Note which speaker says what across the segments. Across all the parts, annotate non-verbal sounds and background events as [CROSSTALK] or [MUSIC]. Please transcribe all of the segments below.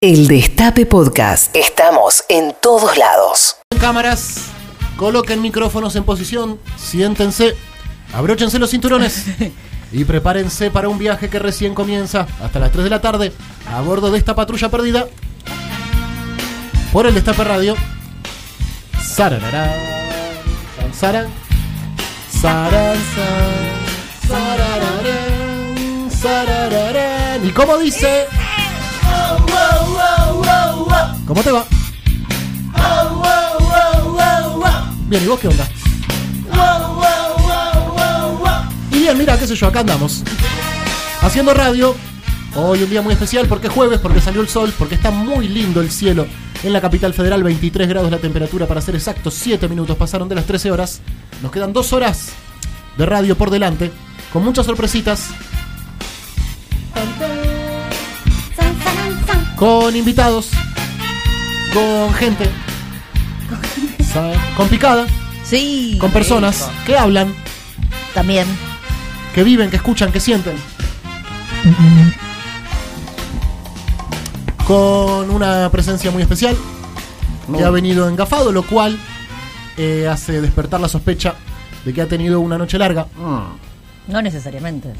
Speaker 1: El Destape Podcast. Estamos en todos lados.
Speaker 2: cámaras, coloquen micrófonos en posición, siéntense, abróchense los cinturones y prepárense para un viaje que recién comienza hasta las 3 de la tarde a bordo de esta patrulla perdida por el Destape Radio. Sararará, san, sara, sarán, san, sarararán, sarararán. Y como dice, ¿cómo te va? Bien, ¿y vos qué onda? Y bien, mira, qué sé yo, acá andamos. Haciendo radio. Hoy un día muy especial porque es jueves, porque salió el sol, porque está muy lindo el cielo. En la capital federal, 23 grados la temperatura, para ser exactos, 7 minutos pasaron de las 13 horas. Nos quedan 2 horas de radio por delante, con muchas sorpresitas, con invitados, con gente, ¿sabe? con picada,
Speaker 3: Sí.
Speaker 2: con personas que hablan,
Speaker 3: También.
Speaker 2: que viven, que escuchan, que sienten. Con una presencia muy especial que ha venido engafado, lo cual eh, hace despertar la sospecha de que ha tenido una noche larga.
Speaker 3: No necesariamente.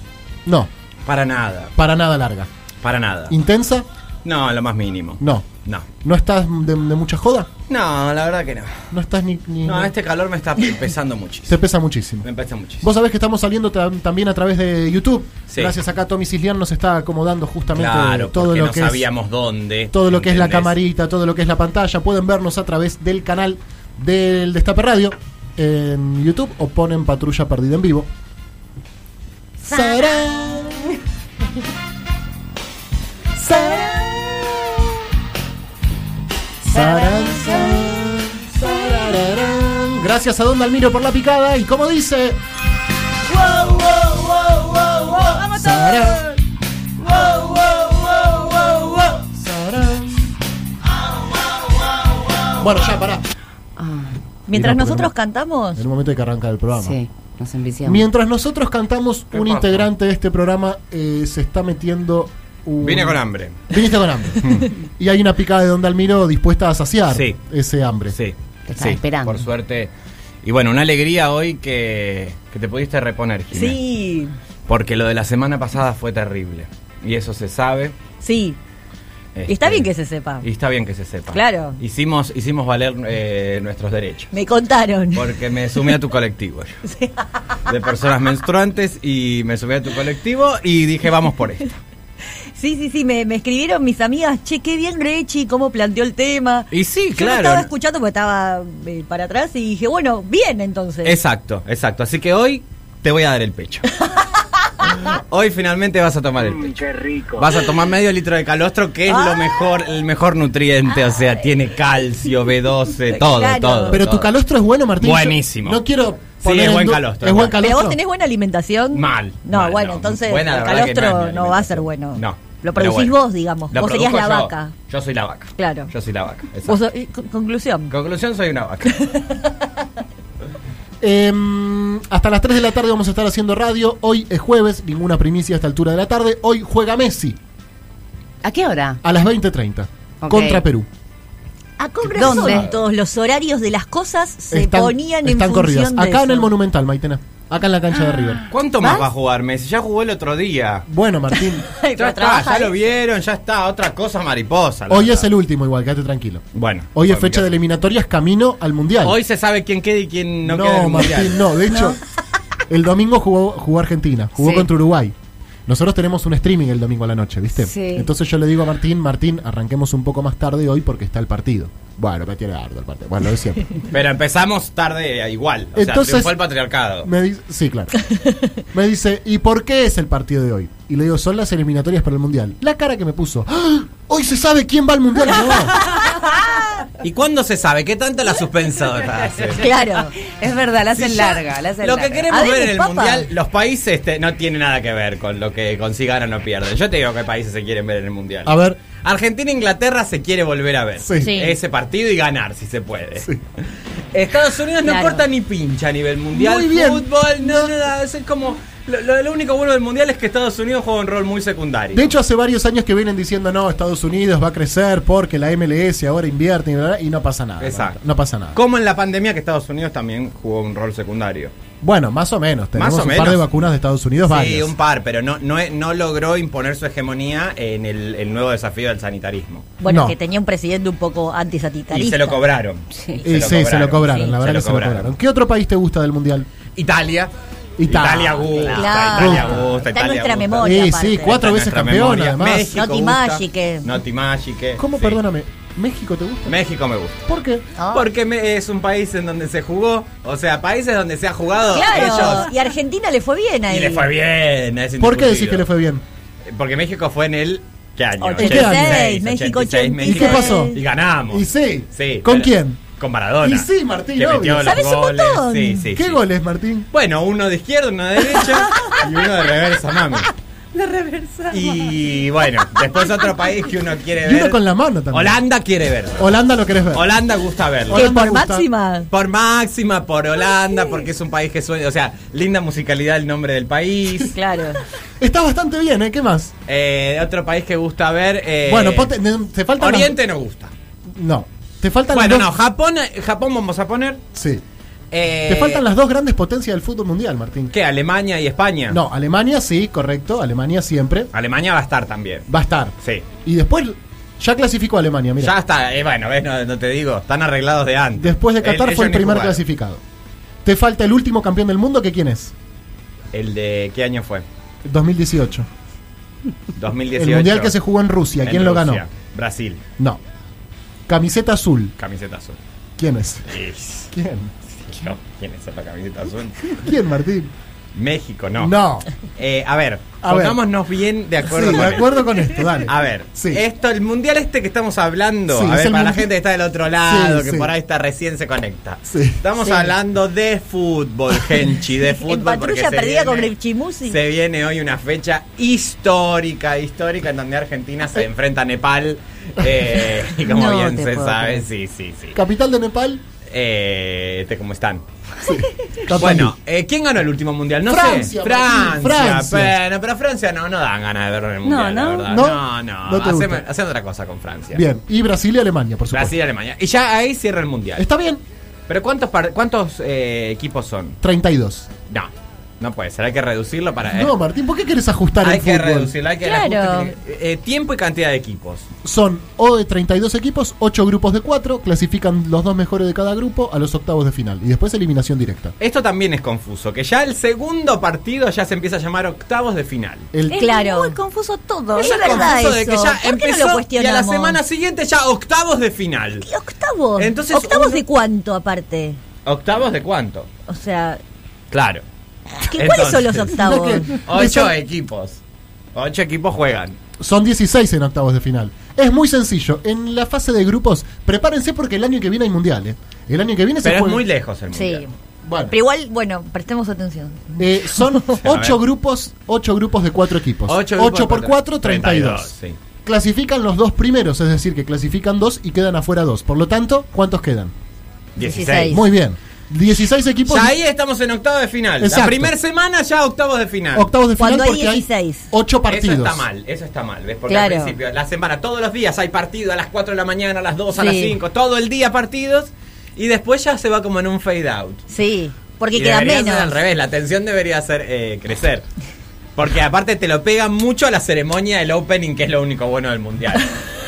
Speaker 2: No,
Speaker 4: Para nada,
Speaker 2: para nada larga.
Speaker 4: para nada.
Speaker 2: ¿Intensa?
Speaker 4: No, lo más mínimo.
Speaker 2: No.
Speaker 4: No.
Speaker 2: ¿No estás de, de mucha joda?
Speaker 4: No, la verdad que no.
Speaker 2: No estás ni. ni-
Speaker 4: No, este calor me está pesando muchísimo.
Speaker 2: Te pesa muchísimo.
Speaker 4: Me pesa muchísimo.
Speaker 2: Vos sabés que estamos saliendo tam- también a través de YouTube.
Speaker 4: Sí.
Speaker 2: Gracias acá Tommy Cislián nos está acomodando justamente
Speaker 4: Claro,
Speaker 2: todo
Speaker 4: porque
Speaker 2: lo
Speaker 4: no
Speaker 2: que es
Speaker 4: sabíamos dónde.
Speaker 2: todo lo que es la
Speaker 4: ¿entendés?
Speaker 2: camarita, todo lo que es la pantalla. Pueden vernos a través del canal del Destape Radio en YouTube o ponen Patrulla Perdida en vivo. Sarán. Sarán, sarán, sarararán. Gracias a Don Dalmiro por la picada y como dice... Sarán. Sarán. Bueno, ya, pará.
Speaker 3: Mientras
Speaker 2: no, porque
Speaker 3: nosotros
Speaker 4: pues,
Speaker 2: no.
Speaker 3: cantamos,
Speaker 2: En un momento hay que arrancar el programa.
Speaker 5: Sí, nos enviciamos.
Speaker 2: Mientras nosotros cantamos,
Speaker 4: ¿Qué
Speaker 2: un
Speaker 4: pasa?
Speaker 2: integrante de este programa eh, se está metiendo un...
Speaker 4: Vine con hambre.
Speaker 2: Viniste con hambre.
Speaker 4: [LAUGHS]
Speaker 2: y hay una picada de Don Dalmiro dispuesta a saciar
Speaker 4: Sí.
Speaker 2: ese hambre.
Speaker 4: Sí.
Speaker 5: Te estaba esperando.
Speaker 4: Por suerte. Y bueno, una alegría hoy que, que te pudiste reponer, Jimé.
Speaker 3: sí,
Speaker 4: Porque lo de la semana pasada fue terrible. Y eso se sabe.
Speaker 3: sí,
Speaker 4: este,
Speaker 3: Y está bien que se sepa.
Speaker 4: Y está bien que se sepa.
Speaker 3: Claro.
Speaker 4: Hicimos, hicimos valer eh, nuestros derechos.
Speaker 3: me contaron.
Speaker 4: Porque me sumé a tu colectivo yo. De personas menstruantes y me sumé a tu colectivo y dije, vamos por esto.
Speaker 3: [LAUGHS] Sí, sí, sí, me, me escribieron mis amigas, che, qué bien Rechi, cómo planteó el tema.
Speaker 4: Y sí,
Speaker 3: Yo
Speaker 4: claro.
Speaker 3: lo estaba escuchando porque estaba eh, para atrás y dije, bueno, bien entonces.
Speaker 4: Exacto, exacto. Así que hoy te voy a dar
Speaker 3: [LAUGHS]
Speaker 4: el pecho. Hoy finalmente vas a tomar el pecho. Vas a tomar medio litro de calostro, que es
Speaker 3: Ah.
Speaker 4: lo mejor, el mejor nutriente. O sea, tiene calcio, B12, todo,
Speaker 3: Claro.
Speaker 4: todo.
Speaker 2: Pero tu
Speaker 4: todo.
Speaker 2: calostro es bueno, Martín. Yo
Speaker 4: Buenísimo.
Speaker 2: No quiero
Speaker 4: Sí,
Speaker 2: poner
Speaker 4: es
Speaker 2: en
Speaker 4: buen
Speaker 2: du-
Speaker 4: calostro,
Speaker 2: Es
Speaker 4: es
Speaker 2: buen
Speaker 4: bueno.
Speaker 3: Pero
Speaker 2: calostro.
Speaker 3: vos tenés buena alimentación.
Speaker 4: Mal,
Speaker 3: No,
Speaker 4: mal,
Speaker 3: bueno,
Speaker 4: no.
Speaker 3: entonces
Speaker 4: Buena, la
Speaker 3: el
Speaker 4: verdad que
Speaker 3: calostro
Speaker 4: mal mi
Speaker 3: no va a ser bueno.
Speaker 4: No.
Speaker 3: Lo
Speaker 4: pero
Speaker 3: producís
Speaker 4: bueno.
Speaker 3: vos, digamos.
Speaker 4: Lo
Speaker 3: vos serías la
Speaker 4: produzco yo.
Speaker 3: vaca.
Speaker 4: Yo soy la vaca.
Speaker 3: Claro.
Speaker 4: Yo soy la vaca. exacto.
Speaker 3: Vos so- eh, con- conclusión.
Speaker 4: Conclusión, soy
Speaker 3: [LAUGHS]
Speaker 4: una vaca.
Speaker 2: Em, hasta las 3 de la tarde vamos a estar haciendo radio. Hoy es jueves, ninguna primicia a esta altura de la tarde. Hoy juega Messi
Speaker 5: ¿A qué hora?
Speaker 2: a las 20.30
Speaker 5: Ok.
Speaker 2: contra Perú.
Speaker 3: A con razón,
Speaker 5: ¿Dónde?
Speaker 3: todos los horarios de las cosas se ponían en
Speaker 2: están
Speaker 3: función
Speaker 2: corridas.
Speaker 3: de
Speaker 2: Acá en
Speaker 3: eso. Ah.
Speaker 2: el Monumental, Maitena. Acá en la cancha de River.
Speaker 4: ¿Cuánto más
Speaker 3: ¿Vas?
Speaker 4: va a jugar Messi? Ya jugó el otro día.
Speaker 2: Bueno, Martín,
Speaker 3: [LAUGHS] Ay, pero
Speaker 4: Ya está,
Speaker 3: trabaja
Speaker 4: ya lo
Speaker 3: ahí.
Speaker 4: vieron, ya está. Otra cosa mariposa. la
Speaker 2: hoy
Speaker 4: verdad.
Speaker 2: es el último igual, quédate tranquilo.
Speaker 4: Bueno.
Speaker 2: Hoy es
Speaker 4: bueno,
Speaker 2: fecha de
Speaker 4: mi caso.
Speaker 2: eliminatorias camino al Mundial.
Speaker 4: Hoy se sabe quién queda y quién no,
Speaker 2: no,
Speaker 4: queda en el
Speaker 2: Martín,
Speaker 4: mundial.
Speaker 2: no. De hecho, [LAUGHS] el domingo jugó, jugó Argentina, jugó
Speaker 5: Sí.
Speaker 2: contra Uruguay. Nosotros tenemos un streaming el domingo a la noche, ¿viste?
Speaker 5: Sí.
Speaker 2: Entonces yo le digo a Martín, Martín, arranquemos un poco más tarde hoy porque está el partido. Bueno, me tiene ardo el partido. Bueno, lo de
Speaker 3: [LAUGHS]
Speaker 2: siempre.
Speaker 4: Pero empezamos tarde eh, igual. O
Speaker 2: Entonces-
Speaker 4: sea, triunfó el patriarcado.
Speaker 2: Me dice, sí,
Speaker 4: [LAUGHS]
Speaker 2: claro. Me dice, ¿y por qué es el partido de hoy? Y le digo, son las eliminatorias para el Mundial. La cara que me puso. ¡Ah! Hoy se sabe quién va al Mundial. y no
Speaker 4: [LAUGHS]
Speaker 2: va!
Speaker 4: ¿Y cuándo se sabe? ¿Qué tanto la
Speaker 3: [LAUGHS]
Speaker 4: suspensadora hace?
Speaker 3: [LAUGHS] Claro.
Speaker 5: Es verdad, la hacen larga, la hacen
Speaker 4: Lo
Speaker 5: larga.
Speaker 4: que queremos
Speaker 3: A ver,
Speaker 4: ver en el
Speaker 3: papa.
Speaker 4: mundial, los países este, no tiene nada que ver con lo que consigan o no pierden. Yo te digo qué países se quieren ver en el mundial.
Speaker 2: A ver.
Speaker 4: Argentina e Inglaterra se quiere volver a ver
Speaker 2: Sí. Sí.
Speaker 4: ese partido y ganar si se puede. Estados Unidos no
Speaker 3: Claro.
Speaker 4: corta ni pincha a nivel mundial.
Speaker 2: Muy bien.
Speaker 4: Fútbol, no, no, no, es como Lo, lo- lo único bueno del mundial es que Estados Unidos juega un rol muy secundario.
Speaker 2: De hecho, hace varios años que vienen diciendo, no, Estados Unidos va a crecer porque la MLS ahora invierte y, bla, bla, y no pasa nada.
Speaker 4: Exacto.
Speaker 2: No pasa nada.
Speaker 4: como en la pandemia que Estados Unidos también jugó un rol secundario.
Speaker 2: Bueno, más o menos. Tenemos
Speaker 4: Más o
Speaker 2: un par de
Speaker 4: menos.
Speaker 2: vacunas de Estados Unidos,
Speaker 4: Sí,
Speaker 2: varias.
Speaker 4: un par, pero no, no, e- no logró imponer su hegemonía en el, el nuevo desafío del sanitarismo.
Speaker 3: Bueno,
Speaker 2: No.
Speaker 3: que tenía un presidente un poco antisanitarista.
Speaker 4: Y se lo cobraron.
Speaker 5: Sí.
Speaker 2: Y sí, se lo cobraron,
Speaker 4: Sí,
Speaker 2: la verdad que se lo cobraron. ¿Qué otro país te gusta del mundial?
Speaker 4: Italia.
Speaker 2: Italia.
Speaker 4: Italia gusta,
Speaker 3: Claro.
Speaker 4: Italia
Speaker 3: Está
Speaker 4: gusta,
Speaker 3: en
Speaker 4: Italia
Speaker 3: nuestra
Speaker 4: gusta.
Speaker 3: memoria.
Speaker 2: Eh, Sí,
Speaker 3: aparte.
Speaker 2: sí, cuatro
Speaker 4: Está en
Speaker 2: veces
Speaker 4: nuestra
Speaker 2: campeón,
Speaker 4: memoria.
Speaker 2: además.
Speaker 4: México
Speaker 3: Noti
Speaker 4: gusta.
Speaker 3: Magique.
Speaker 4: Noti Magique.
Speaker 2: ¿Cómo,
Speaker 4: Sí.
Speaker 2: perdóname? ¿México te gusta?
Speaker 4: México me gusta.
Speaker 2: ¿Por qué?
Speaker 3: Ah.
Speaker 4: Porque me- es un país en donde se jugó, o sea, países donde se ha jugado
Speaker 3: Claro,
Speaker 4: ellos.
Speaker 3: y a Argentina le fue bien ahí.
Speaker 4: Y le fue bien. es
Speaker 2: ¿Por qué decís
Speaker 4: indiscutido.
Speaker 2: que le fue bien?
Speaker 4: Porque México fue en el. ¿Qué año?
Speaker 3: 86,
Speaker 4: 86,
Speaker 3: México 86.
Speaker 2: ¿Y qué pasó?
Speaker 4: Y ganamos.
Speaker 2: Y sí.
Speaker 4: Sí,
Speaker 2: ¿Con
Speaker 4: pero-
Speaker 2: quién?
Speaker 4: Con Maradona.
Speaker 2: Y sí, Martín,
Speaker 4: Que
Speaker 2: obvio.
Speaker 4: metió los
Speaker 3: ¿Sabes un
Speaker 4: goles.
Speaker 3: montón?
Speaker 4: Sí, sí,
Speaker 2: ¿Qué
Speaker 4: sí.
Speaker 2: goles, Martín?
Speaker 4: Bueno, uno de izquierda, uno de derecha y uno de reversa, mami.
Speaker 5: La reversa.
Speaker 4: Y bueno, después otro país que uno quiere
Speaker 2: Y
Speaker 4: ver.
Speaker 2: uno con la mano también.
Speaker 4: Eh, Holanda quiere verlo.
Speaker 2: Holanda lo querés ver.
Speaker 4: Holanda gusta verlo.
Speaker 3: Que
Speaker 2: Holanda
Speaker 3: por
Speaker 2: gusta.
Speaker 3: máxima.
Speaker 4: Por máxima, por Holanda, porque es un país que sueña. O sea, linda musicalidad el nombre del país.
Speaker 3: Claro.
Speaker 2: Está bastante bien, ¿eh? ¿Qué más?
Speaker 4: Eh, otro país que gusta ver. eh,
Speaker 2: bueno, ponte- ne- te faltan. las-
Speaker 4: Oriente no gusta.
Speaker 2: No. Te faltan
Speaker 4: Bueno,
Speaker 2: las
Speaker 4: no,
Speaker 2: dos-
Speaker 4: Japón, eh, Japón vamos a poner.
Speaker 2: Sí.
Speaker 4: eh,
Speaker 2: Te faltan las dos grandes potencias del fútbol mundial, Martín.
Speaker 4: ¿Qué? Alemania y España.
Speaker 2: No, Alemania sí, correcto. Alemania siempre
Speaker 4: Alemania va a estar también.
Speaker 2: va a estar.
Speaker 4: Sí.
Speaker 2: Y después ya clasificó a Alemania, mira.
Speaker 4: Ya está, eh, bueno, ves, no, no te digo, están arreglados de antes.
Speaker 2: Después de Qatar fue el
Speaker 4: ellos ni
Speaker 2: primer
Speaker 4: jugaron.
Speaker 2: clasificado. Te falta el último campeón del mundo, que quién es?
Speaker 4: ¿El de qué año fue?
Speaker 2: 2018.
Speaker 4: 2018.
Speaker 2: El mundial que se jugó en Rusia, ¿quién
Speaker 4: En
Speaker 2: lo
Speaker 4: Rusia.
Speaker 2: ganó?
Speaker 4: Brasil,
Speaker 2: No. Camiseta azul,
Speaker 4: camiseta azul.
Speaker 2: ¿quién es?
Speaker 4: Is,
Speaker 2: ¿Quién?
Speaker 4: [LAUGHS] no, ¿Quién es la camiseta azul?
Speaker 2: ¿Quién, Martín?
Speaker 4: México, no.
Speaker 2: No.
Speaker 4: Eh, a ver,
Speaker 2: A ver.
Speaker 4: pongámonos bien de
Speaker 2: Sí,
Speaker 4: acuerdo con
Speaker 2: de
Speaker 4: esto.
Speaker 2: acuerdo con esto, dale.
Speaker 4: A ver,
Speaker 2: Sí.
Speaker 4: esto, el mundial este que estamos hablando,
Speaker 2: Sí,
Speaker 4: a
Speaker 2: es
Speaker 4: ver,
Speaker 2: el
Speaker 4: para la
Speaker 2: mundi-
Speaker 4: gente que está del otro lado,
Speaker 2: Sí,
Speaker 4: que
Speaker 2: sí.
Speaker 4: por ahí está recién se conecta.
Speaker 2: Sí.
Speaker 4: Estamos
Speaker 3: Sí.
Speaker 4: hablando de
Speaker 2: [LAUGHS]
Speaker 4: fútbol, Genchi, de fútbol.
Speaker 3: en patrulla
Speaker 4: porque se
Speaker 3: perdida con
Speaker 4: viene-
Speaker 3: Gripchimusi.
Speaker 4: Se viene hoy una fecha histórica, histórica, en donde Argentina
Speaker 3: Eh.
Speaker 4: se enfrenta a Nepal. eh, y como
Speaker 5: No
Speaker 4: bien
Speaker 5: te
Speaker 4: se
Speaker 5: puedo
Speaker 4: sabe,
Speaker 5: creer.
Speaker 4: sí, sí, sí.
Speaker 2: Capital de Nepal,
Speaker 4: Eh, este, ¿Cómo están?
Speaker 2: Katmandú.
Speaker 4: Bueno, eh, ¿quién ganó el último mundial? No
Speaker 2: Francia,
Speaker 4: sé. Francia,
Speaker 2: Martín, Francia.
Speaker 4: Pero, pero Francia no, no dan ganas de verlo en el mundial. la
Speaker 5: No, no.
Speaker 4: verdad.
Speaker 2: No,
Speaker 4: no. no,
Speaker 2: no te
Speaker 4: Haceme-
Speaker 2: gusta.
Speaker 4: haceme otra cosa con Francia.
Speaker 2: Bien. Y Brasil y Alemania, por supuesto.
Speaker 4: Brasil y Alemania. Y ya ahí cierra el mundial.
Speaker 2: Está bien.
Speaker 4: Pero ¿cuántos, par- cuántos eh, equipos son?
Speaker 2: 32.
Speaker 4: No, no puede ser. Hay que reducirlo para.
Speaker 2: No, Martín, ¿por qué quieres ajustar
Speaker 4: Eh. hay
Speaker 2: el
Speaker 4: que
Speaker 2: fútbol?
Speaker 4: reducirlo. Hay que el
Speaker 3: Claro.
Speaker 4: ajuste tiene que- eh, tiempo y cantidad de equipos.
Speaker 2: Son o de 32 equipos, 8 grupos de 4, clasifican los dos mejores de cada grupo a los octavos de final y después eliminación directa.
Speaker 4: Esto también es confuso, que ya el segundo partido ya se empieza a llamar octavos de final.
Speaker 2: El
Speaker 3: Es
Speaker 5: Claro.
Speaker 3: muy confuso todo. Es,
Speaker 4: Eso
Speaker 3: verdad
Speaker 4: confuso
Speaker 3: eso.
Speaker 4: de que ya
Speaker 3: ¿Por qué no lo
Speaker 4: empezó y a la
Speaker 3: cuestionamos?
Speaker 4: semana siguiente ya octavos de final.
Speaker 3: ¿Y octavos?
Speaker 4: Entonces,
Speaker 3: ¿Octavos
Speaker 4: uno-
Speaker 3: de cuánto aparte?
Speaker 4: ¿Octavos de cuánto?
Speaker 3: O sea,
Speaker 4: Claro.
Speaker 3: ¿qué- ¿cuáles son los
Speaker 4: Entonces,
Speaker 3: octavos?
Speaker 2: no
Speaker 4: [LAUGHS]
Speaker 2: que-
Speaker 4: Ocho equipos. Ocho equipos juegan.
Speaker 2: Son 16 en octavos de final. Es muy sencillo. En la fase de grupos, prepárense porque el año que viene hay mundiales. El año que viene se
Speaker 4: Pero es
Speaker 2: juega-
Speaker 4: muy lejos el
Speaker 3: Sí.
Speaker 4: mundial.
Speaker 2: Bueno,
Speaker 3: Pero igual, bueno, prestemos atención.
Speaker 2: eh,
Speaker 4: [LAUGHS]
Speaker 2: son
Speaker 4: ver.
Speaker 2: 8 grupos, 8 grupos de 4 equipos. 8,
Speaker 4: Ocho grupos de
Speaker 2: por
Speaker 4: cuatro.
Speaker 2: 4, 32.
Speaker 4: 32, sí.
Speaker 2: Clasifican los dos primeros, es decir, que clasifican dos y quedan afuera dos. Por lo tanto, ¿cuántos quedan?
Speaker 3: Dieciséis.
Speaker 2: Muy bien. 16 equipos.
Speaker 4: Ya ahí estamos en octavos de final. La
Speaker 2: Exacto.
Speaker 4: primera semana ya octavos de final.
Speaker 2: Octavos de final
Speaker 3: Cuando hay
Speaker 2: porque
Speaker 3: 16.
Speaker 2: 8 partidos.
Speaker 4: Eso está mal, eso está mal, ¿ves? Porque
Speaker 3: Claro.
Speaker 4: al principio, la semana, todos los días hay partido a las 4 de la mañana, a las 2, a
Speaker 3: Sí.
Speaker 4: las 5, todo el día partidos y después ya se va como en un fade out.
Speaker 3: Sí, porque
Speaker 4: Y
Speaker 3: queda
Speaker 4: debería ser
Speaker 3: menos.
Speaker 4: al revés, la tensión debería ser eh, crecer. Porque aparte te lo pegan mucho a la ceremonia del opening, que es lo único bueno
Speaker 3: [LAUGHS]
Speaker 4: del mundial,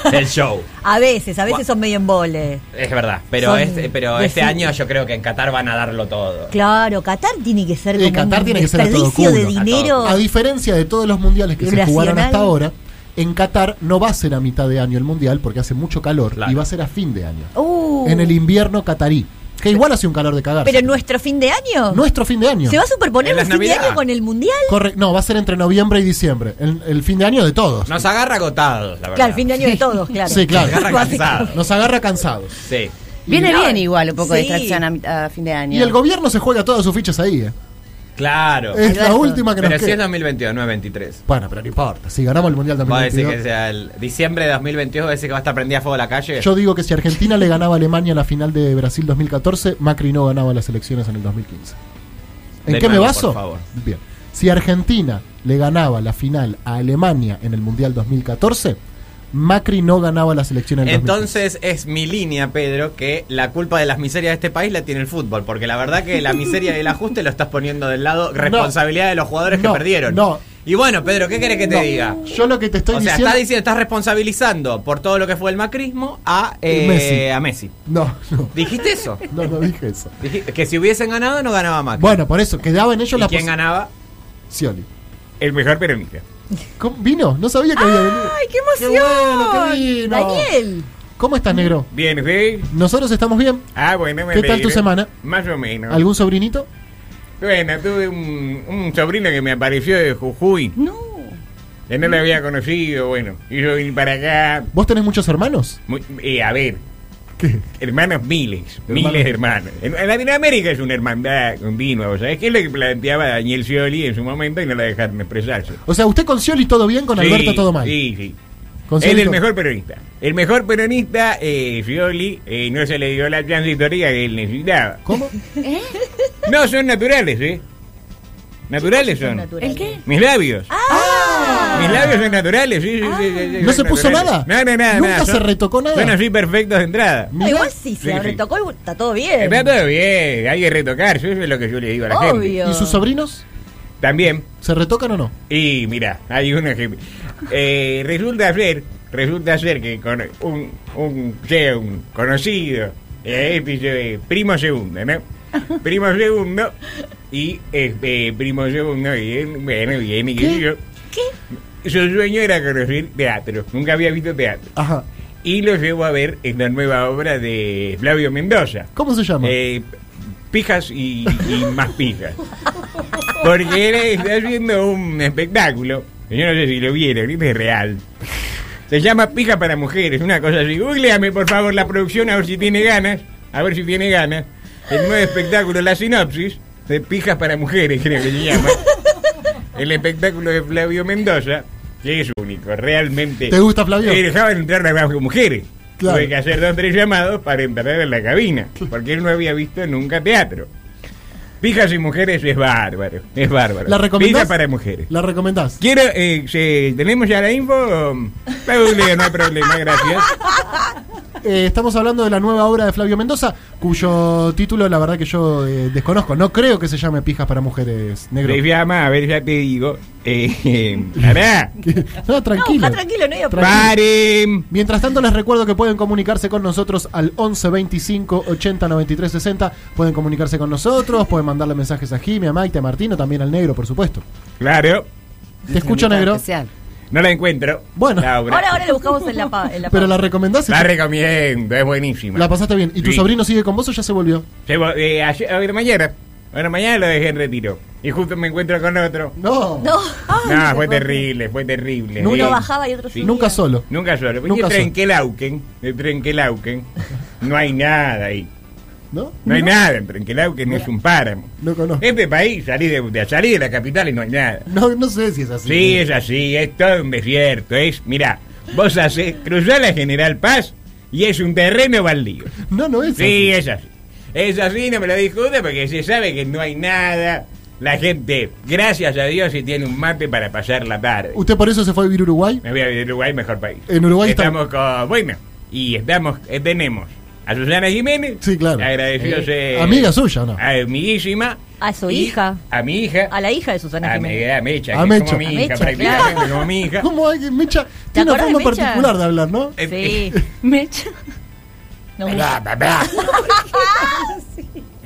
Speaker 4: del show.
Speaker 3: A veces, a veces son medio en vole.
Speaker 4: Es verdad, pero,
Speaker 3: Son
Speaker 4: este, pero
Speaker 3: de
Speaker 4: este
Speaker 3: sí.
Speaker 4: año yo creo que en Qatar van a darlo todo.
Speaker 3: Claro, Qatar tiene que ser
Speaker 2: Sí,
Speaker 3: como
Speaker 2: Qatar
Speaker 3: un
Speaker 2: tiene que ser a todo
Speaker 3: desperdicio de
Speaker 2: culo.
Speaker 4: A todo
Speaker 3: dinero.
Speaker 2: A diferencia de todos los mundiales que se
Speaker 3: Irracional.
Speaker 2: jugaron hasta ahora, en Qatar no va a ser a mitad de año el mundial porque hace mucho calor
Speaker 4: Claro.
Speaker 2: y va a ser a fin de año.
Speaker 3: Uh,
Speaker 2: En el invierno catarí, que igual hace un calor de cagar.
Speaker 3: pero nuestro fin de año.
Speaker 2: nuestro fin de año.
Speaker 3: ¿Se va a superponer
Speaker 4: En
Speaker 3: el
Speaker 4: las
Speaker 3: fin de
Speaker 4: Navidad.
Speaker 3: año con el mundial?
Speaker 2: Corre- no, va a ser entre noviembre y diciembre. El, el fin de año de todos.
Speaker 4: Nos agarra agotados, la verdad.
Speaker 3: Claro, fin de año de todos, claro.
Speaker 2: Sí, claro.
Speaker 4: Nos agarra cansados.
Speaker 2: Nos agarra cansados.
Speaker 4: Sí.
Speaker 5: Viene
Speaker 3: Y-
Speaker 5: bien igual un poco de
Speaker 3: Sí.
Speaker 5: distracción a mi- a, fin de año.
Speaker 2: Y el gobierno se juega todas sus fichas ahí. eh.
Speaker 4: Claro.
Speaker 2: Es la
Speaker 3: Alberto.
Speaker 2: última que
Speaker 4: Pero
Speaker 2: nos
Speaker 4: si es
Speaker 2: queda.
Speaker 4: 2022, no es 23.
Speaker 2: Bueno, pero no importa. Si ganamos el mundial
Speaker 4: ¿Vos decís
Speaker 2: 2022,
Speaker 4: que sea el diciembre de 2022 vos decís que va a estar prendida a fuego la calle?
Speaker 2: Yo digo que si Argentina le ganaba a Alemania en la final de Brasil 2014, Macri no ganaba las elecciones en el 2015. ¿En
Speaker 4: Del
Speaker 2: qué me
Speaker 4: Mago,
Speaker 2: baso?
Speaker 4: por favor.
Speaker 2: Bien. Si Argentina le ganaba la final a Alemania en el Mundial 2014, Macri no ganaba la selección en el 2015.
Speaker 4: Entonces es mi línea, Pedro, que la culpa de las miserias de este país la tiene el fútbol, porque la verdad que la miseria y el ajuste lo estás poniendo del
Speaker 2: [LAUGHS]
Speaker 4: lado responsabilidad de los jugadores
Speaker 2: No,
Speaker 4: que perdieron.
Speaker 2: no.
Speaker 4: Y bueno, Pedro, ¿qué querés que te
Speaker 2: No,
Speaker 4: diga?
Speaker 2: Yo lo que te estoy
Speaker 4: o sea,
Speaker 2: diciendo.
Speaker 4: estás diciendo, estás responsabilizando por todo lo que fue el macrismo a, eh,
Speaker 2: Messi.
Speaker 4: a Messi.
Speaker 2: No, no,
Speaker 4: ¿Dijiste eso?
Speaker 2: no, no dije eso.
Speaker 4: Dijiste que si hubiesen ganado no ganaba Macri.
Speaker 2: Bueno, por eso, quedaba en
Speaker 4: ¿Y
Speaker 2: ellos la
Speaker 4: quién
Speaker 2: posi-
Speaker 4: ganaba?
Speaker 2: Scioli.
Speaker 4: El mejor peronista.
Speaker 2: ¿Cómo- ¿Vino? No sabía que había venido.
Speaker 3: ¡Ay, qué
Speaker 2: Qué
Speaker 3: emoción!
Speaker 2: bueno que vino.
Speaker 3: Daniel.
Speaker 2: ¿Cómo estás, negro?
Speaker 4: Bien, ¿sí?
Speaker 2: Nosotros estamos bien.
Speaker 4: Ah, bueno, me
Speaker 2: ¿Qué tal
Speaker 4: alegro.
Speaker 2: tu semana?
Speaker 4: Más o menos.
Speaker 2: ¿Algún sobrinito?
Speaker 4: Bueno, tuve un, un sobrino que me apareció de Jujuy.
Speaker 5: No.
Speaker 4: que no lo había conocido, bueno. Y yo vine para acá.
Speaker 2: ¿Vos tenés muchos hermanos?
Speaker 4: Muy- eh, a ver,
Speaker 2: ¿Qué?
Speaker 4: hermanos miles, miles de hermanos. En en Latinoamérica es eh, una hermandad continua, ¿sabes? Que es lo que planteaba Daniel Scioli en su momento y no la dejaron expresarse.
Speaker 2: O sea, usted con Scioli todo bien, con Alberto
Speaker 4: Sí,
Speaker 2: todo mal.
Speaker 4: Sí, sí.
Speaker 2: Con
Speaker 4: Él
Speaker 2: Scioli
Speaker 4: es el
Speaker 2: todo-
Speaker 4: mejor peronista. El mejor peronista, eh, Scioli, eh, no se le dio la transitoría que él necesitaba.
Speaker 2: ¿Cómo?
Speaker 4: No, son naturales, ¿eh? Naturales son.
Speaker 5: ¿El qué?
Speaker 4: Mis labios.
Speaker 3: Ah.
Speaker 4: Mis labios son naturales, sí, sí, sí, sí, sí,
Speaker 2: ¿No se
Speaker 4: son
Speaker 2: puso
Speaker 4: naturales.
Speaker 2: nada?
Speaker 4: No, no, nada.
Speaker 2: ¿Nunca
Speaker 4: nada,
Speaker 2: se
Speaker 4: son-
Speaker 2: retocó nada?
Speaker 4: Son así perfectos de entrada.
Speaker 3: No, igual sí, se
Speaker 4: Sí,
Speaker 3: lo
Speaker 4: sí.
Speaker 3: retocó y está todo bien.
Speaker 4: Está todo bien, hay que retocar, eso es lo que yo le digo a la gente.
Speaker 3: Obvio.
Speaker 2: ¿Y sus sobrinos?
Speaker 4: También,
Speaker 2: ¿Se retocan o no?
Speaker 4: y mira, hay uno que... eh, resulta ser, resulta ser que con un, un, che, un conocido, eh, dice, eh, primo
Speaker 3: [LAUGHS]
Speaker 4: segundo, ¿no? Primo segundo y eh, eh, primo segundo, y él, bueno, viene y qué sé yo. Su sueño era conocer teatro, nunca había visto teatro.
Speaker 2: Ajá.
Speaker 4: Y lo llevo a ver en la nueva obra de Flavio Mendoza.
Speaker 2: ¿Cómo se llama?
Speaker 4: Eh, pijas y, y más pijas. Porque él está haciendo un espectáculo. Yo no sé si lo vieron, es real. Se llama Pija para Mujeres, una cosa así. Googleame, por favor, la producción, a ver si tiene ganas. A ver si tiene ganas. El nuevo espectáculo, la sinopsis de Pijas para Mujeres, creo que se llama. El espectáculo de Flavio Mendoza, que es único, realmente.
Speaker 2: ¿Te gusta, Flavio?
Speaker 4: Eh, dejaban entrar a las mujeres.
Speaker 2: Claro.
Speaker 4: Tuve que hacer dos tres llamados para entrar en la cabina, porque él no había visto nunca teatro. Pijas y mujeres es bárbaro, es bárbaro.
Speaker 2: ¿La recomendás?
Speaker 4: Pija para mujeres.
Speaker 2: ¿La recomendás?
Speaker 4: Quiero, eh, si tenemos ya la info, Paule, no hay problema, gracias.
Speaker 2: Eh, estamos hablando de la nueva obra de Flavio Mendoza, cuyo título la verdad que yo eh, desconozco. No creo que se llame Pijas para Mujeres Negro.
Speaker 4: Se llama, a ver, ya te digo. Eh, eh, pará.
Speaker 2: No, tranquilo.
Speaker 3: No, está tranquilo, no hay problema.
Speaker 4: Paren.
Speaker 2: Mientras tanto, les recuerdo que pueden comunicarse con nosotros al 11 25 80 93 60. Pueden comunicarse con nosotros, pueden mandarle mensajes a Jimmy, a Maite, a Martino, también al negro, por supuesto.
Speaker 4: Claro,
Speaker 2: Te escucho, negro.
Speaker 5: Especial.
Speaker 4: no la encuentro.
Speaker 2: Bueno.
Speaker 4: la obra.
Speaker 3: Ahora, ahora lo buscamos en la pa- en la
Speaker 2: Pero
Speaker 3: pa-
Speaker 2: la recomendaste.
Speaker 4: La recomiendo, es buenísima.
Speaker 2: La pasaste bien. ¿Y tu
Speaker 4: Sí.
Speaker 2: sobrino sigue con vos o ya se volvió?
Speaker 4: Se vo- eh, ayer- hoy de mañana. Bueno, mañana lo dejé en retiro. Y justo me encuentro con otro.
Speaker 2: No.
Speaker 3: No,
Speaker 4: no, fue terrible, fue terrible.
Speaker 2: Nunca
Speaker 4: Eh,
Speaker 3: bajaba y otro subía.
Speaker 2: Nunca solo.
Speaker 4: Nunca solo.
Speaker 2: Nunca
Speaker 4: Nunca
Speaker 2: solo.
Speaker 4: Trenquelauquen, de [LAUGHS] Trenquelauquen, no hay nada ahí.
Speaker 2: ¿No?
Speaker 4: No hay nada en Trenquelauquen, no es un páramo.
Speaker 2: No conozco.
Speaker 4: Este país, salí de, de- salí de la capital y no hay nada.
Speaker 2: No, no sé si es así.
Speaker 4: Sí, es así, es todo un desierto. Es, mirá, vos hacés, cruzás la General Paz y es un terreno baldío.
Speaker 2: No, no es
Speaker 4: Sí,
Speaker 2: así.
Speaker 4: es así. Es así, no me lo discuta porque se sabe que no hay nada. La gente, gracias a Dios, si tiene un mate para pasar la tarde.
Speaker 2: ¿Usted por eso se fue a vivir a Uruguay?
Speaker 4: Me voy a vivir a Uruguay, mejor país.
Speaker 2: En Uruguay está-
Speaker 4: estamos con. Bueno, y estamos, eh, tenemos a Susana Jiménez.
Speaker 2: Sí, claro.
Speaker 4: Agradecidos.
Speaker 2: Eh,
Speaker 4: eh,
Speaker 2: amiga suya, ¿no?
Speaker 4: Amiguísima.
Speaker 3: A su
Speaker 4: y
Speaker 3: hija.
Speaker 4: A mi hija.
Speaker 3: A la hija de Susana
Speaker 2: Ah,
Speaker 4: a
Speaker 3: Jiménez.
Speaker 4: mi- a Mecha.
Speaker 2: A
Speaker 4: que es
Speaker 2: Mecha.
Speaker 4: Como mi
Speaker 3: A
Speaker 4: hija,
Speaker 3: Mecha,
Speaker 4: prácticamente,
Speaker 3: claro.
Speaker 4: como mi hija.
Speaker 2: ¿Cómo hay que Mecha tiene una
Speaker 3: acordás de
Speaker 2: forma
Speaker 3: Mecha?
Speaker 2: particular de hablar, no?
Speaker 4: Eh,
Speaker 3: Sí. [LAUGHS]
Speaker 5: Mecha.
Speaker 3: No,
Speaker 4: Bla,
Speaker 3: [LAUGHS]
Speaker 4: bla, bla.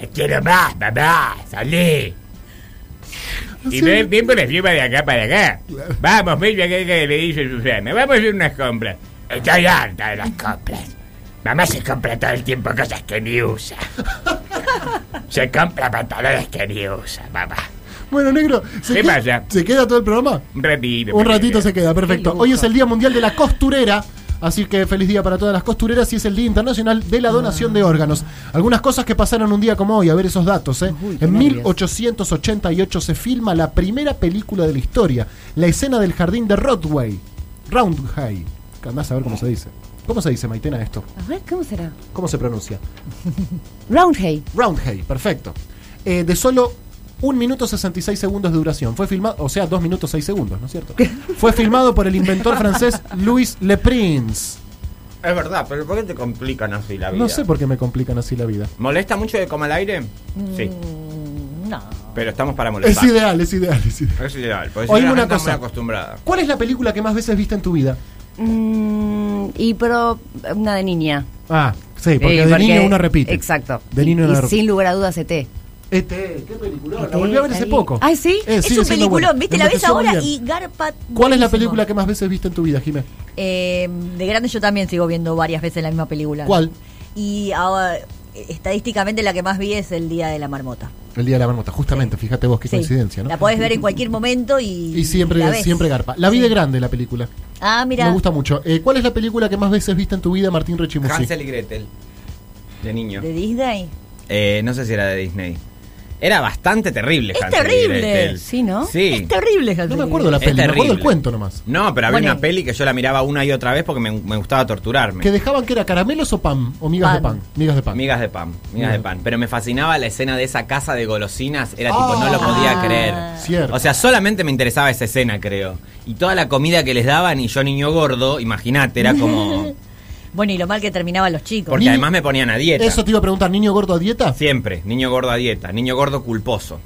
Speaker 4: Te quiero más, papá. Salí. Y todo el tiempo les lleva de acá para acá. Vamos, Mecha, que que le dice Susana. Vamos a hacer unas compras. Estoy harta de las compras. Mamá se compra todo el tiempo cosas que ni
Speaker 2: [LAUGHS]
Speaker 4: usa. Se compra pantalones que ni usa, papá.
Speaker 2: Bueno, negro, ¿se,
Speaker 4: ¿Qué
Speaker 2: queda,
Speaker 4: pasa?
Speaker 2: ¿se queda todo el programa?
Speaker 4: Un ratito.
Speaker 2: Un
Speaker 4: papá.
Speaker 2: ratito se queda, perfecto. Hoy es el Día Mundial de la Costurera. Así que feliz día para todas las costureras y es el Día Internacional de la Donación de Órganos. Algunas cosas que pasaron un día como hoy, a ver esos datos. ¿eh? en 1888 se filma la primera película de la historia, la escena del jardín de Rodway, Roundhay. Que Andás a ver cómo se dice. ¿Cómo se dice, Maitena, esto?
Speaker 5: A ver, ¿cómo será?
Speaker 2: ¿Cómo se pronuncia?
Speaker 5: Roundhay.
Speaker 2: Roundhay, perfecto. Eh, de solo 1 minuto 66 segundos de duración. Fue filmado, o sea, 2 minutos 6 segundos, ¿no es
Speaker 3: [LAUGHS]
Speaker 2: cierto? Fue filmado por el inventor francés Louis Le Prince.
Speaker 4: Es verdad, pero ¿por qué te complican así la vida?
Speaker 2: No sé por qué me complican así la vida.
Speaker 4: ¿Molesta mucho de coma al aire? Sí,
Speaker 3: Mm, No.
Speaker 4: pero estamos para molestar.
Speaker 2: Es ideal, es ideal, es ideal.
Speaker 4: Es ideal, porque
Speaker 2: Oíme
Speaker 4: si no,
Speaker 2: una
Speaker 4: una cosa.
Speaker 2: cosa.
Speaker 4: acostumbrada.
Speaker 2: ¿Cuál es la película que más veces viste en tu vida?
Speaker 5: Mm, y pero una de niña.
Speaker 2: Ah, sí, porque
Speaker 5: Eh,
Speaker 2: de niño uno repite.
Speaker 5: Exacto.
Speaker 2: De niño
Speaker 5: Y-
Speaker 2: uno
Speaker 5: y
Speaker 2: repite.
Speaker 5: sin lugar a
Speaker 3: E
Speaker 5: dudas, ET.
Speaker 2: ET, qué película. La
Speaker 5: ET,
Speaker 2: volví a ver hace
Speaker 5: ahí.
Speaker 2: poco.
Speaker 5: Ay, ¿sí?
Speaker 2: Eh,
Speaker 3: Ah, es
Speaker 2: sigue
Speaker 3: un
Speaker 2: siendo
Speaker 3: peliculón,
Speaker 2: buena.
Speaker 3: viste, la ves
Speaker 2: Envejeció muy
Speaker 3: ahora
Speaker 2: bien.
Speaker 3: y garpa.
Speaker 2: ¿Cuál es la
Speaker 3: buenísimo.
Speaker 2: película que más veces viste en tu vida, Jimé?
Speaker 3: Eh, de grande yo también sigo viendo varias veces la misma película.
Speaker 2: ¿Cuál?
Speaker 3: Y ahora, estadísticamente la que más vi es El Día de la Marmota.
Speaker 2: El Día de la Marmota, justamente, fíjate vos qué
Speaker 3: Sí.
Speaker 2: coincidencia, ¿no?
Speaker 3: La podés ver en cualquier momento y.
Speaker 2: Y
Speaker 3: la
Speaker 2: siempre,
Speaker 3: ves.
Speaker 2: siempre garpa. La vi
Speaker 3: Sí.
Speaker 2: de grande la película.
Speaker 3: Ah, mira.
Speaker 2: Me gusta mucho. Eh, ¿Cuál es la película que más veces viste en tu vida, Martín Rechimusi?
Speaker 4: Hansel y Gretel. De niño.
Speaker 3: De Disney.
Speaker 4: Eh, no sé si era de Disney. Era bastante terrible.
Speaker 3: Es
Speaker 4: Hansel y
Speaker 3: terrible.
Speaker 4: Gretel.
Speaker 5: Sí, ¿no?
Speaker 4: Sí.
Speaker 3: Es terrible, Hansel
Speaker 2: No me
Speaker 3: y Gretel.
Speaker 2: acuerdo la
Speaker 4: Es
Speaker 2: peli, me acuerdo el
Speaker 4: terrible.
Speaker 2: cuento nomás.
Speaker 4: No, pero había
Speaker 3: Bueno.
Speaker 4: una peli que yo la miraba una y otra vez porque me, me gustaba torturarme.
Speaker 2: Que dejaban que era caramelos o pan, o migas de
Speaker 3: Pan.
Speaker 2: pan. Migas de pan.
Speaker 4: Migas de pan, migas
Speaker 2: Migas.
Speaker 4: de pan. Pero me fascinaba la escena de esa casa de golosinas. Era tipo, no lo podía
Speaker 3: Ah.
Speaker 4: creer.
Speaker 2: Cierto.
Speaker 4: O sea, solamente me interesaba esa escena, creo. Y toda la comida que les daban y yo niño gordo, imagínate, era como...
Speaker 3: Bueno, y lo mal que terminaban los chicos.
Speaker 4: Porque
Speaker 2: Ni-
Speaker 4: además me ponían a dieta.
Speaker 2: Eso te iba a preguntar, ¿niño gordo a dieta?
Speaker 4: Siempre, niño gordo a dieta, niño gordo culposo.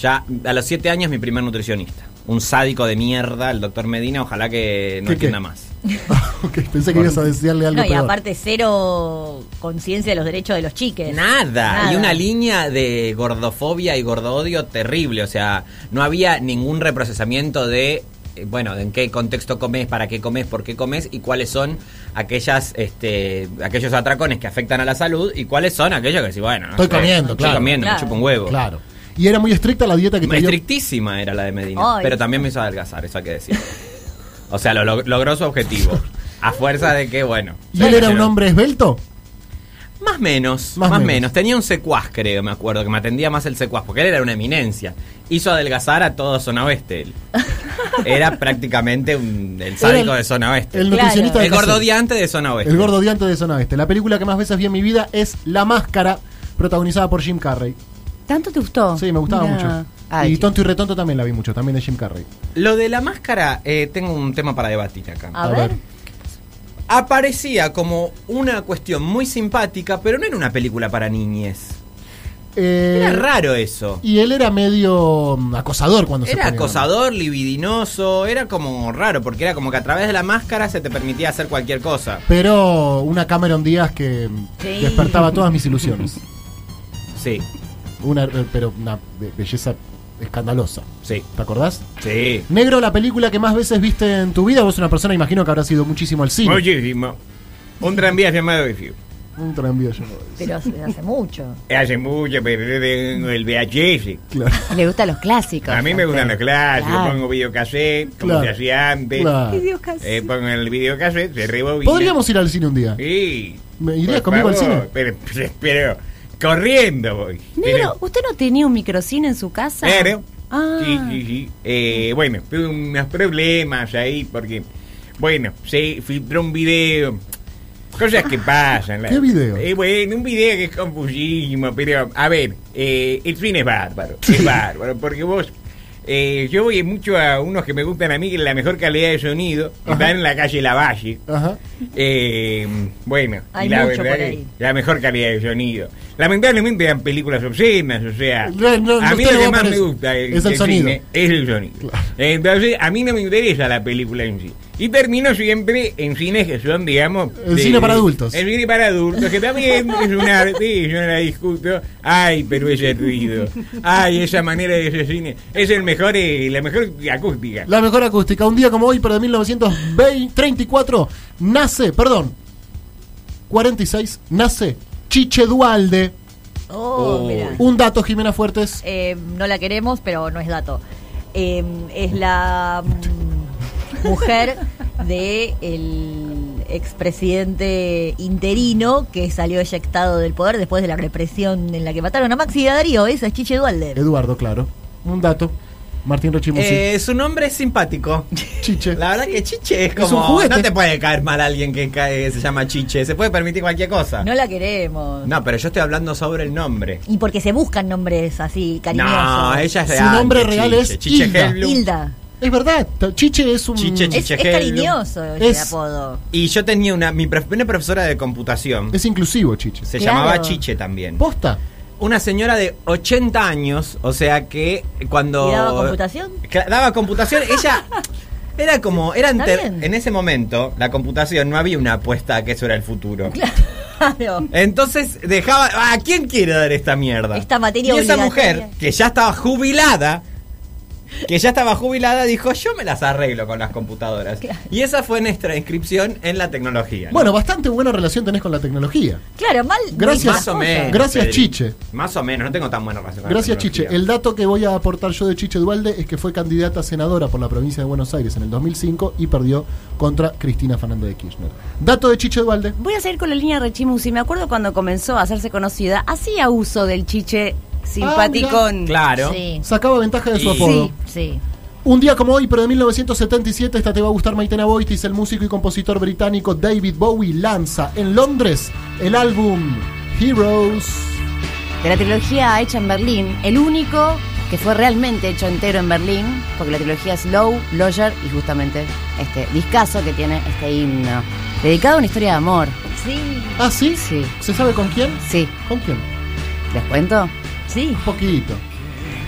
Speaker 4: Ya a los 7 años mi primer nutricionista. Un sádico de mierda, el doctor Medina, ojalá que no
Speaker 2: ¿Qué,
Speaker 4: entienda
Speaker 2: qué?
Speaker 4: más.
Speaker 2: [LAUGHS] ok, pensé que ibas a decirle algo
Speaker 3: No, y
Speaker 2: peor.
Speaker 3: aparte cero conciencia de los derechos de los chiques.
Speaker 4: Nada.
Speaker 3: Nada.
Speaker 4: y una línea de gordofobia y gordodio terrible. O sea, no había ningún reprocesamiento de, eh, bueno, de en qué contexto comes, para qué comes, por qué comes y cuáles son aquellas, este, aquellos atracones que afectan a la salud y cuáles son aquellos que sí, bueno, no
Speaker 2: Estoy
Speaker 4: sé,
Speaker 2: comiendo,
Speaker 4: estoy
Speaker 2: claro.
Speaker 4: comiendo, me
Speaker 3: Claro.
Speaker 4: chupo un huevo.
Speaker 2: Claro. Y era muy estricta la dieta que te dio.
Speaker 4: Estrictísima era la de Medina,
Speaker 3: Ay.
Speaker 4: pero también me hizo adelgazar, eso hay que decir. O sea, lo, log- logró su objetivo. A fuerza de que, bueno.
Speaker 2: ¿Y él era un
Speaker 4: pero-
Speaker 2: hombre esbelto?
Speaker 4: Más menos,
Speaker 2: Más
Speaker 4: más,
Speaker 2: menos.
Speaker 4: menos. Tenía un secuaz, creo, me acuerdo, que me atendía más el secuaz, porque él era una eminencia. Hizo adelgazar a todo Zona Oeste. él. Era prácticamente un, el sádico
Speaker 2: Era el-
Speaker 4: de Zona Oeste.
Speaker 2: El
Speaker 4: El,
Speaker 3: Claro.
Speaker 2: nutricionista de Caser.
Speaker 4: gordo diante de Zona Oeste.
Speaker 2: El gordo diante de zona oeste. La película que más veces vi en mi vida es La Máscara, protagonizada por Jim Carrey.
Speaker 5: ¿Tanto te gustó?
Speaker 2: Sí, me gustaba
Speaker 5: Mirá.
Speaker 2: mucho.
Speaker 5: Ay,
Speaker 2: y Tonto y Retonto también la vi mucho, también de Jim Carrey.
Speaker 4: Lo de la máscara, eh, tengo un tema para debatir acá.
Speaker 3: A, ver.
Speaker 4: Aparecía como una cuestión muy simpática, pero no era una película para niñes.
Speaker 2: Eh,
Speaker 4: Era raro eso.
Speaker 2: Y él era medio mm, acosador cuando se
Speaker 4: Era
Speaker 2: ponía la
Speaker 4: acosador, libidinoso, era como raro, porque era como que a través de la máscara se te permitía hacer cualquier cosa.
Speaker 2: mano. Pero una Cameron Díaz que mm,
Speaker 3: Sí.
Speaker 2: despertaba todas mis ilusiones.
Speaker 4: Sí,
Speaker 2: Una, eh, pero una be- belleza escandalosa.
Speaker 4: sí,
Speaker 2: ¿Te acordás?
Speaker 4: sí.
Speaker 2: Negro, la película que más veces viste en tu vida, vos una persona imagino que habrá sido muchísimo al cine.
Speaker 4: Muchísimo. Un tranvía llamado Ifio.
Speaker 2: Un tranvía yo no voy a decir.
Speaker 3: Pero hace, hace mucho.
Speaker 4: Hace mucho, pero tengo el VHS.
Speaker 2: Claro.
Speaker 5: [LAUGHS] Le gustan los clásicos.
Speaker 4: A mí me gustan los clásicos,
Speaker 5: Claro.
Speaker 4: pongo videocassette, como
Speaker 2: Claro.
Speaker 4: se hacía antes.
Speaker 2: Claro.
Speaker 4: Eh, pongo el videocassette, se rebobina.
Speaker 2: Podríamos ir al cine un día.
Speaker 4: Sí.
Speaker 2: ¿Me irías
Speaker 4: Por
Speaker 2: conmigo al
Speaker 4: favor,
Speaker 2: cine?
Speaker 4: Pero, pero, pero corriendo voy.
Speaker 5: Negro, ¿usted no tenía un microcine en su casa?
Speaker 4: Claro.
Speaker 5: Ah.
Speaker 4: Sí, sí, sí. Eh, bueno, tuve unos problemas ahí porque, bueno, se filtró un video. Cosas que pasan. la-
Speaker 2: ¿Qué video?
Speaker 4: Eh, bueno, un video que es confusísimo, pero a ver, eh, el cine es bárbaro. Es bárbaro, porque vos. eh, yo voy mucho a unos que me gustan a mí, que es la mejor calidad de sonido,
Speaker 2: Ajá.
Speaker 4: y
Speaker 2: Ah.
Speaker 4: van en la calle Lavalle.
Speaker 2: Ajá.
Speaker 4: Eh, bueno,
Speaker 3: Hay
Speaker 4: y la
Speaker 3: mucho
Speaker 4: verdad
Speaker 3: por
Speaker 4: que
Speaker 3: ahí.
Speaker 4: la mejor calidad de sonido. Lamentablemente eran películas obscenas, o sea,
Speaker 2: No, no,
Speaker 4: a
Speaker 2: no
Speaker 4: mí
Speaker 2: te
Speaker 4: lo
Speaker 2: va
Speaker 4: que
Speaker 2: a
Speaker 4: más me
Speaker 2: parecer.
Speaker 4: gusta del-
Speaker 2: Es el
Speaker 4: del
Speaker 2: sonido.
Speaker 4: cine es el sonido. Entonces, a mí no me interesa la película en sí. Y termino siempre en cines que son, digamos...
Speaker 2: El cine para adultos.
Speaker 4: El cine para adultos,
Speaker 2: [LAUGHS]
Speaker 4: que también es un arte, yo no la discuto. Ay, pero ese ruido. Ay, esa manera de ese cine. Es el mejor, eh, la mejor acústica.
Speaker 2: La mejor acústica. Un día como hoy, pero de 1934, nace, perdón, 46, nace Chiche Dualde.
Speaker 3: Oh,
Speaker 4: Oh.
Speaker 3: mira.
Speaker 2: Un dato, Jimena Fuertes.
Speaker 3: Eh, no la queremos, pero no es dato. Eh, es la mm, mujer de el expresidente interino que salió eyectado del poder después de la represión en la que mataron a Maxi y a Darío. Esa es Chiche Dualde.
Speaker 2: Eduardo, claro. Un dato. Martín Rechimusi.
Speaker 4: Eh, su nombre es simpático.
Speaker 2: Chiche.
Speaker 4: La verdad que Chiche es como.
Speaker 6: un juguete.
Speaker 4: No te puede caer mal alguien que cae- se llama Chiche. Se puede permitir cualquier cosa.
Speaker 5: No
Speaker 4: No,
Speaker 5: la queremos.
Speaker 4: pero yo estoy hablando sobre el nombre.
Speaker 5: Y porque se buscan nombres así cariñosos.
Speaker 4: No, ella es
Speaker 2: Su
Speaker 4: de antes,
Speaker 2: nombre real
Speaker 4: Chiche.
Speaker 2: es
Speaker 4: Chiche
Speaker 2: Hilda.
Speaker 4: Helblum.
Speaker 5: Hilda.
Speaker 2: Es verdad, t- Chiche es un.
Speaker 4: Chiche,
Speaker 5: Es,
Speaker 4: Chiche.
Speaker 5: es cariñoso ese
Speaker 2: Es-
Speaker 5: apodo.
Speaker 4: Y yo tenía una. Mi prof- una profesora de computación.
Speaker 2: Es inclusivo, Chiche.
Speaker 4: Se
Speaker 5: Claro.
Speaker 4: llamaba Chiche también.
Speaker 2: Posta.
Speaker 4: Una señora de 80 años, o sea que cuando.
Speaker 5: ¿Y daba
Speaker 3: [LAUGHS]
Speaker 5: computación?
Speaker 4: Cla- Daba computación, ella.
Speaker 5: [LAUGHS]
Speaker 4: Era como, era
Speaker 5: Está
Speaker 4: enter-
Speaker 5: bien.
Speaker 4: en ese momento, la computación no había una apuesta a que eso era el futuro.
Speaker 5: Claro.
Speaker 4: Entonces dejaba, ¿a quién quiere dar esta mierda?
Speaker 5: Esta materia
Speaker 4: Y esa
Speaker 5: obligatoria.
Speaker 4: mujer, que ya estaba jubilada, que ya estaba jubilada, dijo, yo me las arreglo con las computadoras. Y esa fue nuestra inscripción en la tecnología. ¿no?
Speaker 2: Bueno, bastante buena relación tenés con la tecnología.
Speaker 5: Claro, mal.
Speaker 2: Gracias.
Speaker 5: muchas
Speaker 4: más o
Speaker 5: cosas.
Speaker 4: menos.
Speaker 2: Gracias,
Speaker 4: Pedri.
Speaker 2: Chiche.
Speaker 4: Más o menos, no tengo tan buena relación. con la
Speaker 2: Gracias, Chiche.
Speaker 4: tecnología.
Speaker 2: El dato que voy a aportar yo de Chiche Dualde es que fue candidata a senadora por la provincia de Buenos Aires en el 2005 y perdió contra Cristina Fernández de Kirchner. Dato de Chiche Dualde.
Speaker 3: Voy a seguir con la línea de Rechimusi. Me acuerdo cuando comenzó a hacerse conocida, hacía uso del chiche simpaticón.
Speaker 4: Claro.
Speaker 5: Ah, Sí,
Speaker 2: Sacaba ventaja de su
Speaker 4: Y-
Speaker 2: apodo.
Speaker 5: sí.
Speaker 2: Un día como hoy, pero de 1977, esta te va a gustar Maitena Boitis, el músico y compositor británico David Bowie lanza en Londres el álbum Heroes.
Speaker 3: De la trilogía hecha en Berlín, el único que fue realmente hecho entero en Berlín, porque la trilogía es Low, Lawyer y justamente este discazo que tiene este himno. Dedicado a una historia de amor.
Speaker 5: Sí.
Speaker 2: ¿Ah, sí?
Speaker 3: Sí.
Speaker 2: ¿Se sabe con quién?
Speaker 3: Sí,
Speaker 2: ¿Con quién?
Speaker 3: ¿les cuento?
Speaker 5: Sí.
Speaker 2: Un poquito.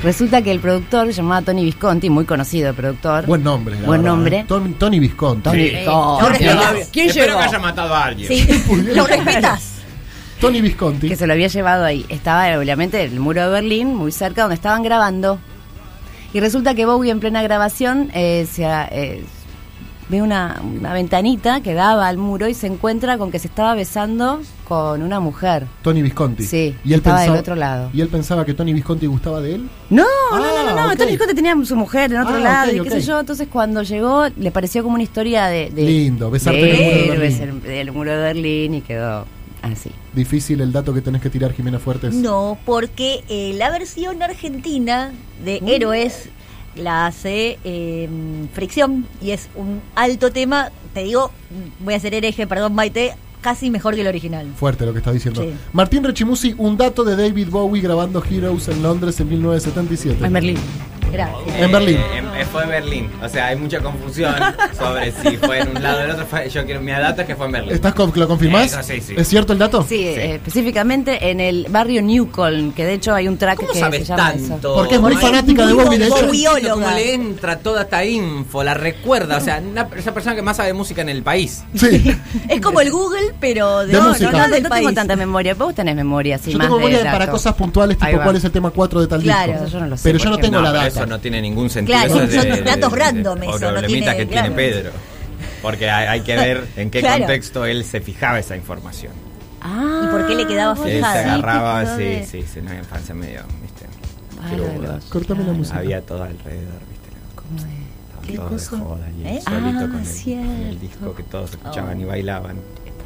Speaker 3: Resulta que el productor se llamaba Tony Visconti, muy conocido productor.
Speaker 2: Buen nombre. la
Speaker 3: Buen
Speaker 2: verdad,
Speaker 3: nombre.
Speaker 2: ¿eh? Ton- Tony Visconti. Ah,
Speaker 3: Ahora
Speaker 4: Espero
Speaker 3: llegó.
Speaker 4: que-
Speaker 6: ¿Quién
Speaker 4: Espero
Speaker 6: llegó?
Speaker 4: que haya matado a alguien.
Speaker 2: [LAUGHS]
Speaker 5: Sí. Lo respetas.
Speaker 2: Tony Visconti.
Speaker 3: que se lo había llevado ahí. Estaba obviamente en el muro de Berlín, muy cerca donde estaban grabando. Y resulta que Bowie en plena grabación eh, se, a- eh, ve una, una ventanita que daba al muro y se encuentra con que se estaba besando con una mujer.
Speaker 2: Tony Visconti.
Speaker 3: Sí, estaba del otro lado.
Speaker 2: Y él pensaba que Tony Visconti gustaba de él.
Speaker 3: No, Oh, no, no, no, no.
Speaker 2: Ah, ok.
Speaker 3: Tony Scott tenía su mujer en otro
Speaker 2: Ah,
Speaker 3: lado
Speaker 2: ok,
Speaker 3: y qué
Speaker 2: ok.
Speaker 3: sé yo. Entonces cuando llegó le pareció como una historia de... de
Speaker 2: Lindo, besarte
Speaker 3: de
Speaker 2: en el muro de
Speaker 3: héroes
Speaker 2: Berlín.
Speaker 3: en- del muro de Berlín y quedó así.
Speaker 2: Difícil el dato que tenés que tirar, Jimena Fuertes.
Speaker 5: No, porque eh, la versión argentina de Héroes la hace eh, Fricción y es un alto tema. Te digo, voy a ser hereje, perdón, Maite, casi mejor que el original.
Speaker 2: Fuerte lo que está diciendo.
Speaker 5: Sí.
Speaker 2: Martín Rechimusi, un dato de David Bowie grabando Heroes en Londres en 1977.
Speaker 3: En Berlín.
Speaker 5: Gracias.
Speaker 2: En Berlín.
Speaker 4: Eh, en- fue en Berlín. O sea, hay mucha
Speaker 5: [LAUGHS]
Speaker 4: confusión sobre si fue en un lado o en otro. Fue- yo quiero, mi dato es que fue en Berlín.
Speaker 2: ¿Estás con- ¿Lo confirmás?
Speaker 4: Eh, sí, sí.
Speaker 2: ¿Es cierto el dato?
Speaker 3: Sí, eh, específicamente en el barrio Newcolm, que de hecho hay un track
Speaker 4: ¿Cómo
Speaker 3: que se
Speaker 4: sabes
Speaker 3: llama eso.
Speaker 4: tanto?
Speaker 2: Porque es muy
Speaker 4: Ay,
Speaker 2: fanática de
Speaker 5: muy
Speaker 2: Bowie, de hecho.
Speaker 5: Bowie.
Speaker 4: entiendo
Speaker 5: bióloga.
Speaker 4: ¿Cómo le entra toda esta info? La recuerda. O sea, una- esa persona que más sabe música en el país.
Speaker 3: [LAUGHS]
Speaker 2: Sí.
Speaker 5: Es como el Google, pero de,
Speaker 2: De
Speaker 3: No, no,
Speaker 2: música.
Speaker 3: no, no
Speaker 5: del
Speaker 3: tengo
Speaker 5: país.
Speaker 3: tanta memoria. Vos tenés memoria, sí,
Speaker 2: yo
Speaker 3: más
Speaker 2: tengo memoria de
Speaker 3: datos.
Speaker 2: para cosas puntuales,
Speaker 3: Ahí
Speaker 2: tipo
Speaker 3: va.
Speaker 2: cuál es el tema 4 de tal
Speaker 5: Claro.
Speaker 2: disco.
Speaker 3: Eso yo no lo sé,
Speaker 2: Pero
Speaker 3: por
Speaker 2: yo no
Speaker 3: ejemplo.
Speaker 2: tengo la
Speaker 4: pero
Speaker 2: data.
Speaker 4: Eso no tiene ningún sentido.
Speaker 5: Claro,
Speaker 4: eso es
Speaker 5: son datos random, eso,
Speaker 4: o
Speaker 5: no
Speaker 4: problemita
Speaker 5: tiene-
Speaker 4: que tiene
Speaker 5: claro.
Speaker 4: Pedro. Porque hay, hay que ver en qué
Speaker 5: Claro.
Speaker 4: contexto él se fijaba esa información.
Speaker 3: Ah,
Speaker 5: ¿Y por qué le quedaba
Speaker 3: vos
Speaker 4: Él se
Speaker 5: fijada?
Speaker 3: decís,
Speaker 4: agarraba,
Speaker 3: qué
Speaker 4: sí,
Speaker 3: joder.
Speaker 4: sí, sí, no había infancia medio, viste.
Speaker 3: Ah,
Speaker 4: Pero,
Speaker 3: lo de los-
Speaker 2: Cortame la música.
Speaker 4: Había todo alrededor, viste.
Speaker 3: ¿Cómo es?
Speaker 4: Estaban
Speaker 5: ¿Qué
Speaker 4: todos
Speaker 5: cosa?
Speaker 4: de joda y él
Speaker 5: ¿Eh?
Speaker 4: solito
Speaker 3: Ah,
Speaker 4: con el, con el
Speaker 3: cierto.
Speaker 4: disco que todos escuchaban y bailaban.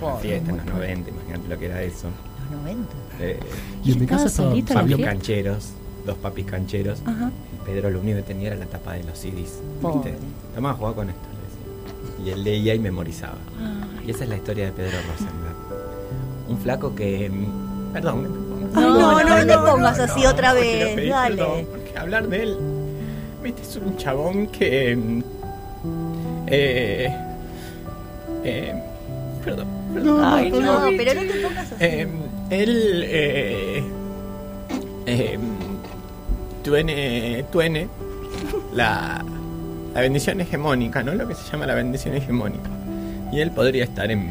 Speaker 4: La fiesta en los 90, imagínate lo que era eso.
Speaker 5: Los 90.
Speaker 4: Eh,
Speaker 2: Y en mi
Speaker 3: Estaba
Speaker 2: casa estaba
Speaker 3: solita la
Speaker 2: Fabio
Speaker 3: fiesta.
Speaker 2: Can-
Speaker 4: cancheros, dos papis cancheros.
Speaker 3: Ajá.
Speaker 4: Y Pedro lo único que tenía era la tapa de los CDs.
Speaker 5: Pobre.
Speaker 4: ¿Viste? Tomá, a jugar con esto. le decía. Y él leía y memorizaba. Y esa es la historia de Pedro Rosenberg. Un flaco que. mm, Perdón. me pongo-
Speaker 5: Ay, no, no, no te pongas así otra
Speaker 4: no, quiero
Speaker 5: vez,
Speaker 4: pedir
Speaker 5: dale.
Speaker 4: perdón, porque hablar de él. Viste, es un chabón que. mm, Eh. eh, perdón.
Speaker 5: Ay, no, pero no te pongas así.
Speaker 4: Eh, él. Eh, eh, tuene, tuene la, la bendición hegemónica, ¿no? Lo que se llama la bendición hegemónica. Y él podría estar en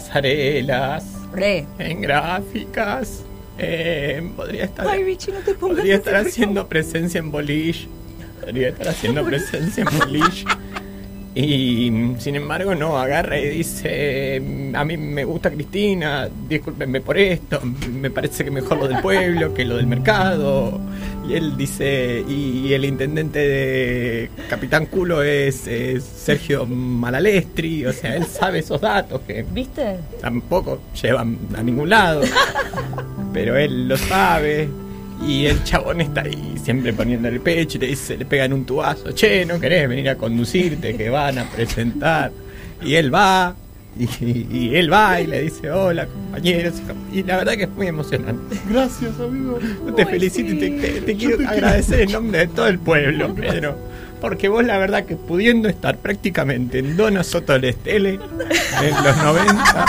Speaker 4: pasarelas,
Speaker 5: Re.
Speaker 4: en gráficas. eh, podría estar. Podría estar haciendo presencia en Boliche. Podría estar haciendo presencia en Boliche. Y mm, sin embargo, no, agarra y dice: mm, A mí me gusta Cristina, discúlpenme por esto, me parece que mejor lo del pueblo que lo del mercado. Y él dice: Y, el intendente de Capitán Culo es, eh, Sergio Malalestri, o sea, él sabe esos datos que
Speaker 5: ¿Viste?
Speaker 4: tampoco llevan a ningún lado. Pero él lo sabe. Y el chabón está ahí siempre poniendo el pecho y le dice, le pegan un tubazo, che, no querés venir a conducirte, que van a presentar. Y él va, y, y- y él va y le dice, hola compañeros. Y la verdad que es muy emocionante.
Speaker 2: Gracias, amigo.
Speaker 4: Yo te felicito y te, te- te quiero agradecer en nombre de todo el pueblo, Pedro. Porque vos la verdad que pudiendo estar prácticamente en Dona Soto del Estele, en los 90,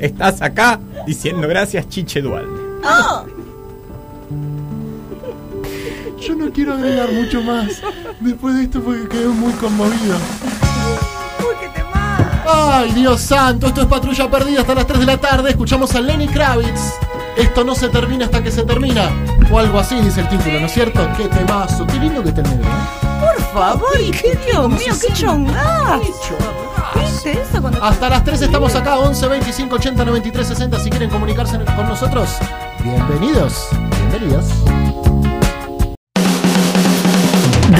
Speaker 4: estás acá diciendo gracias Chiche Dualde.
Speaker 2: Yo no quiero agregar mucho más después de esto porque quedé muy conmovido. ¡Ay, Dios santo! Esto es Patrulla Perdida hasta las 3 de la tarde. Escuchamos a Lenny Kravitz. Esto no se termina hasta que se termina. O algo así, dice el título, ¿no es cierto? ¡Qué temazo! ¡Qué lindo que está el negro, ¿eh?
Speaker 5: Por favor, qué Dios mío, qué chongada. ¿Viste eso cuando
Speaker 2: Hasta las 3 estamos acá, 11 25 80 93 60. Si quieren comunicarse con nosotros, bienvenidos. Bienvenidos.